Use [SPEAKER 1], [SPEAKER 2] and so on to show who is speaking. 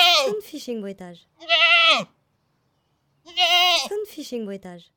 [SPEAKER 1] Sound fishing bruitage. Sound fishing bruitage.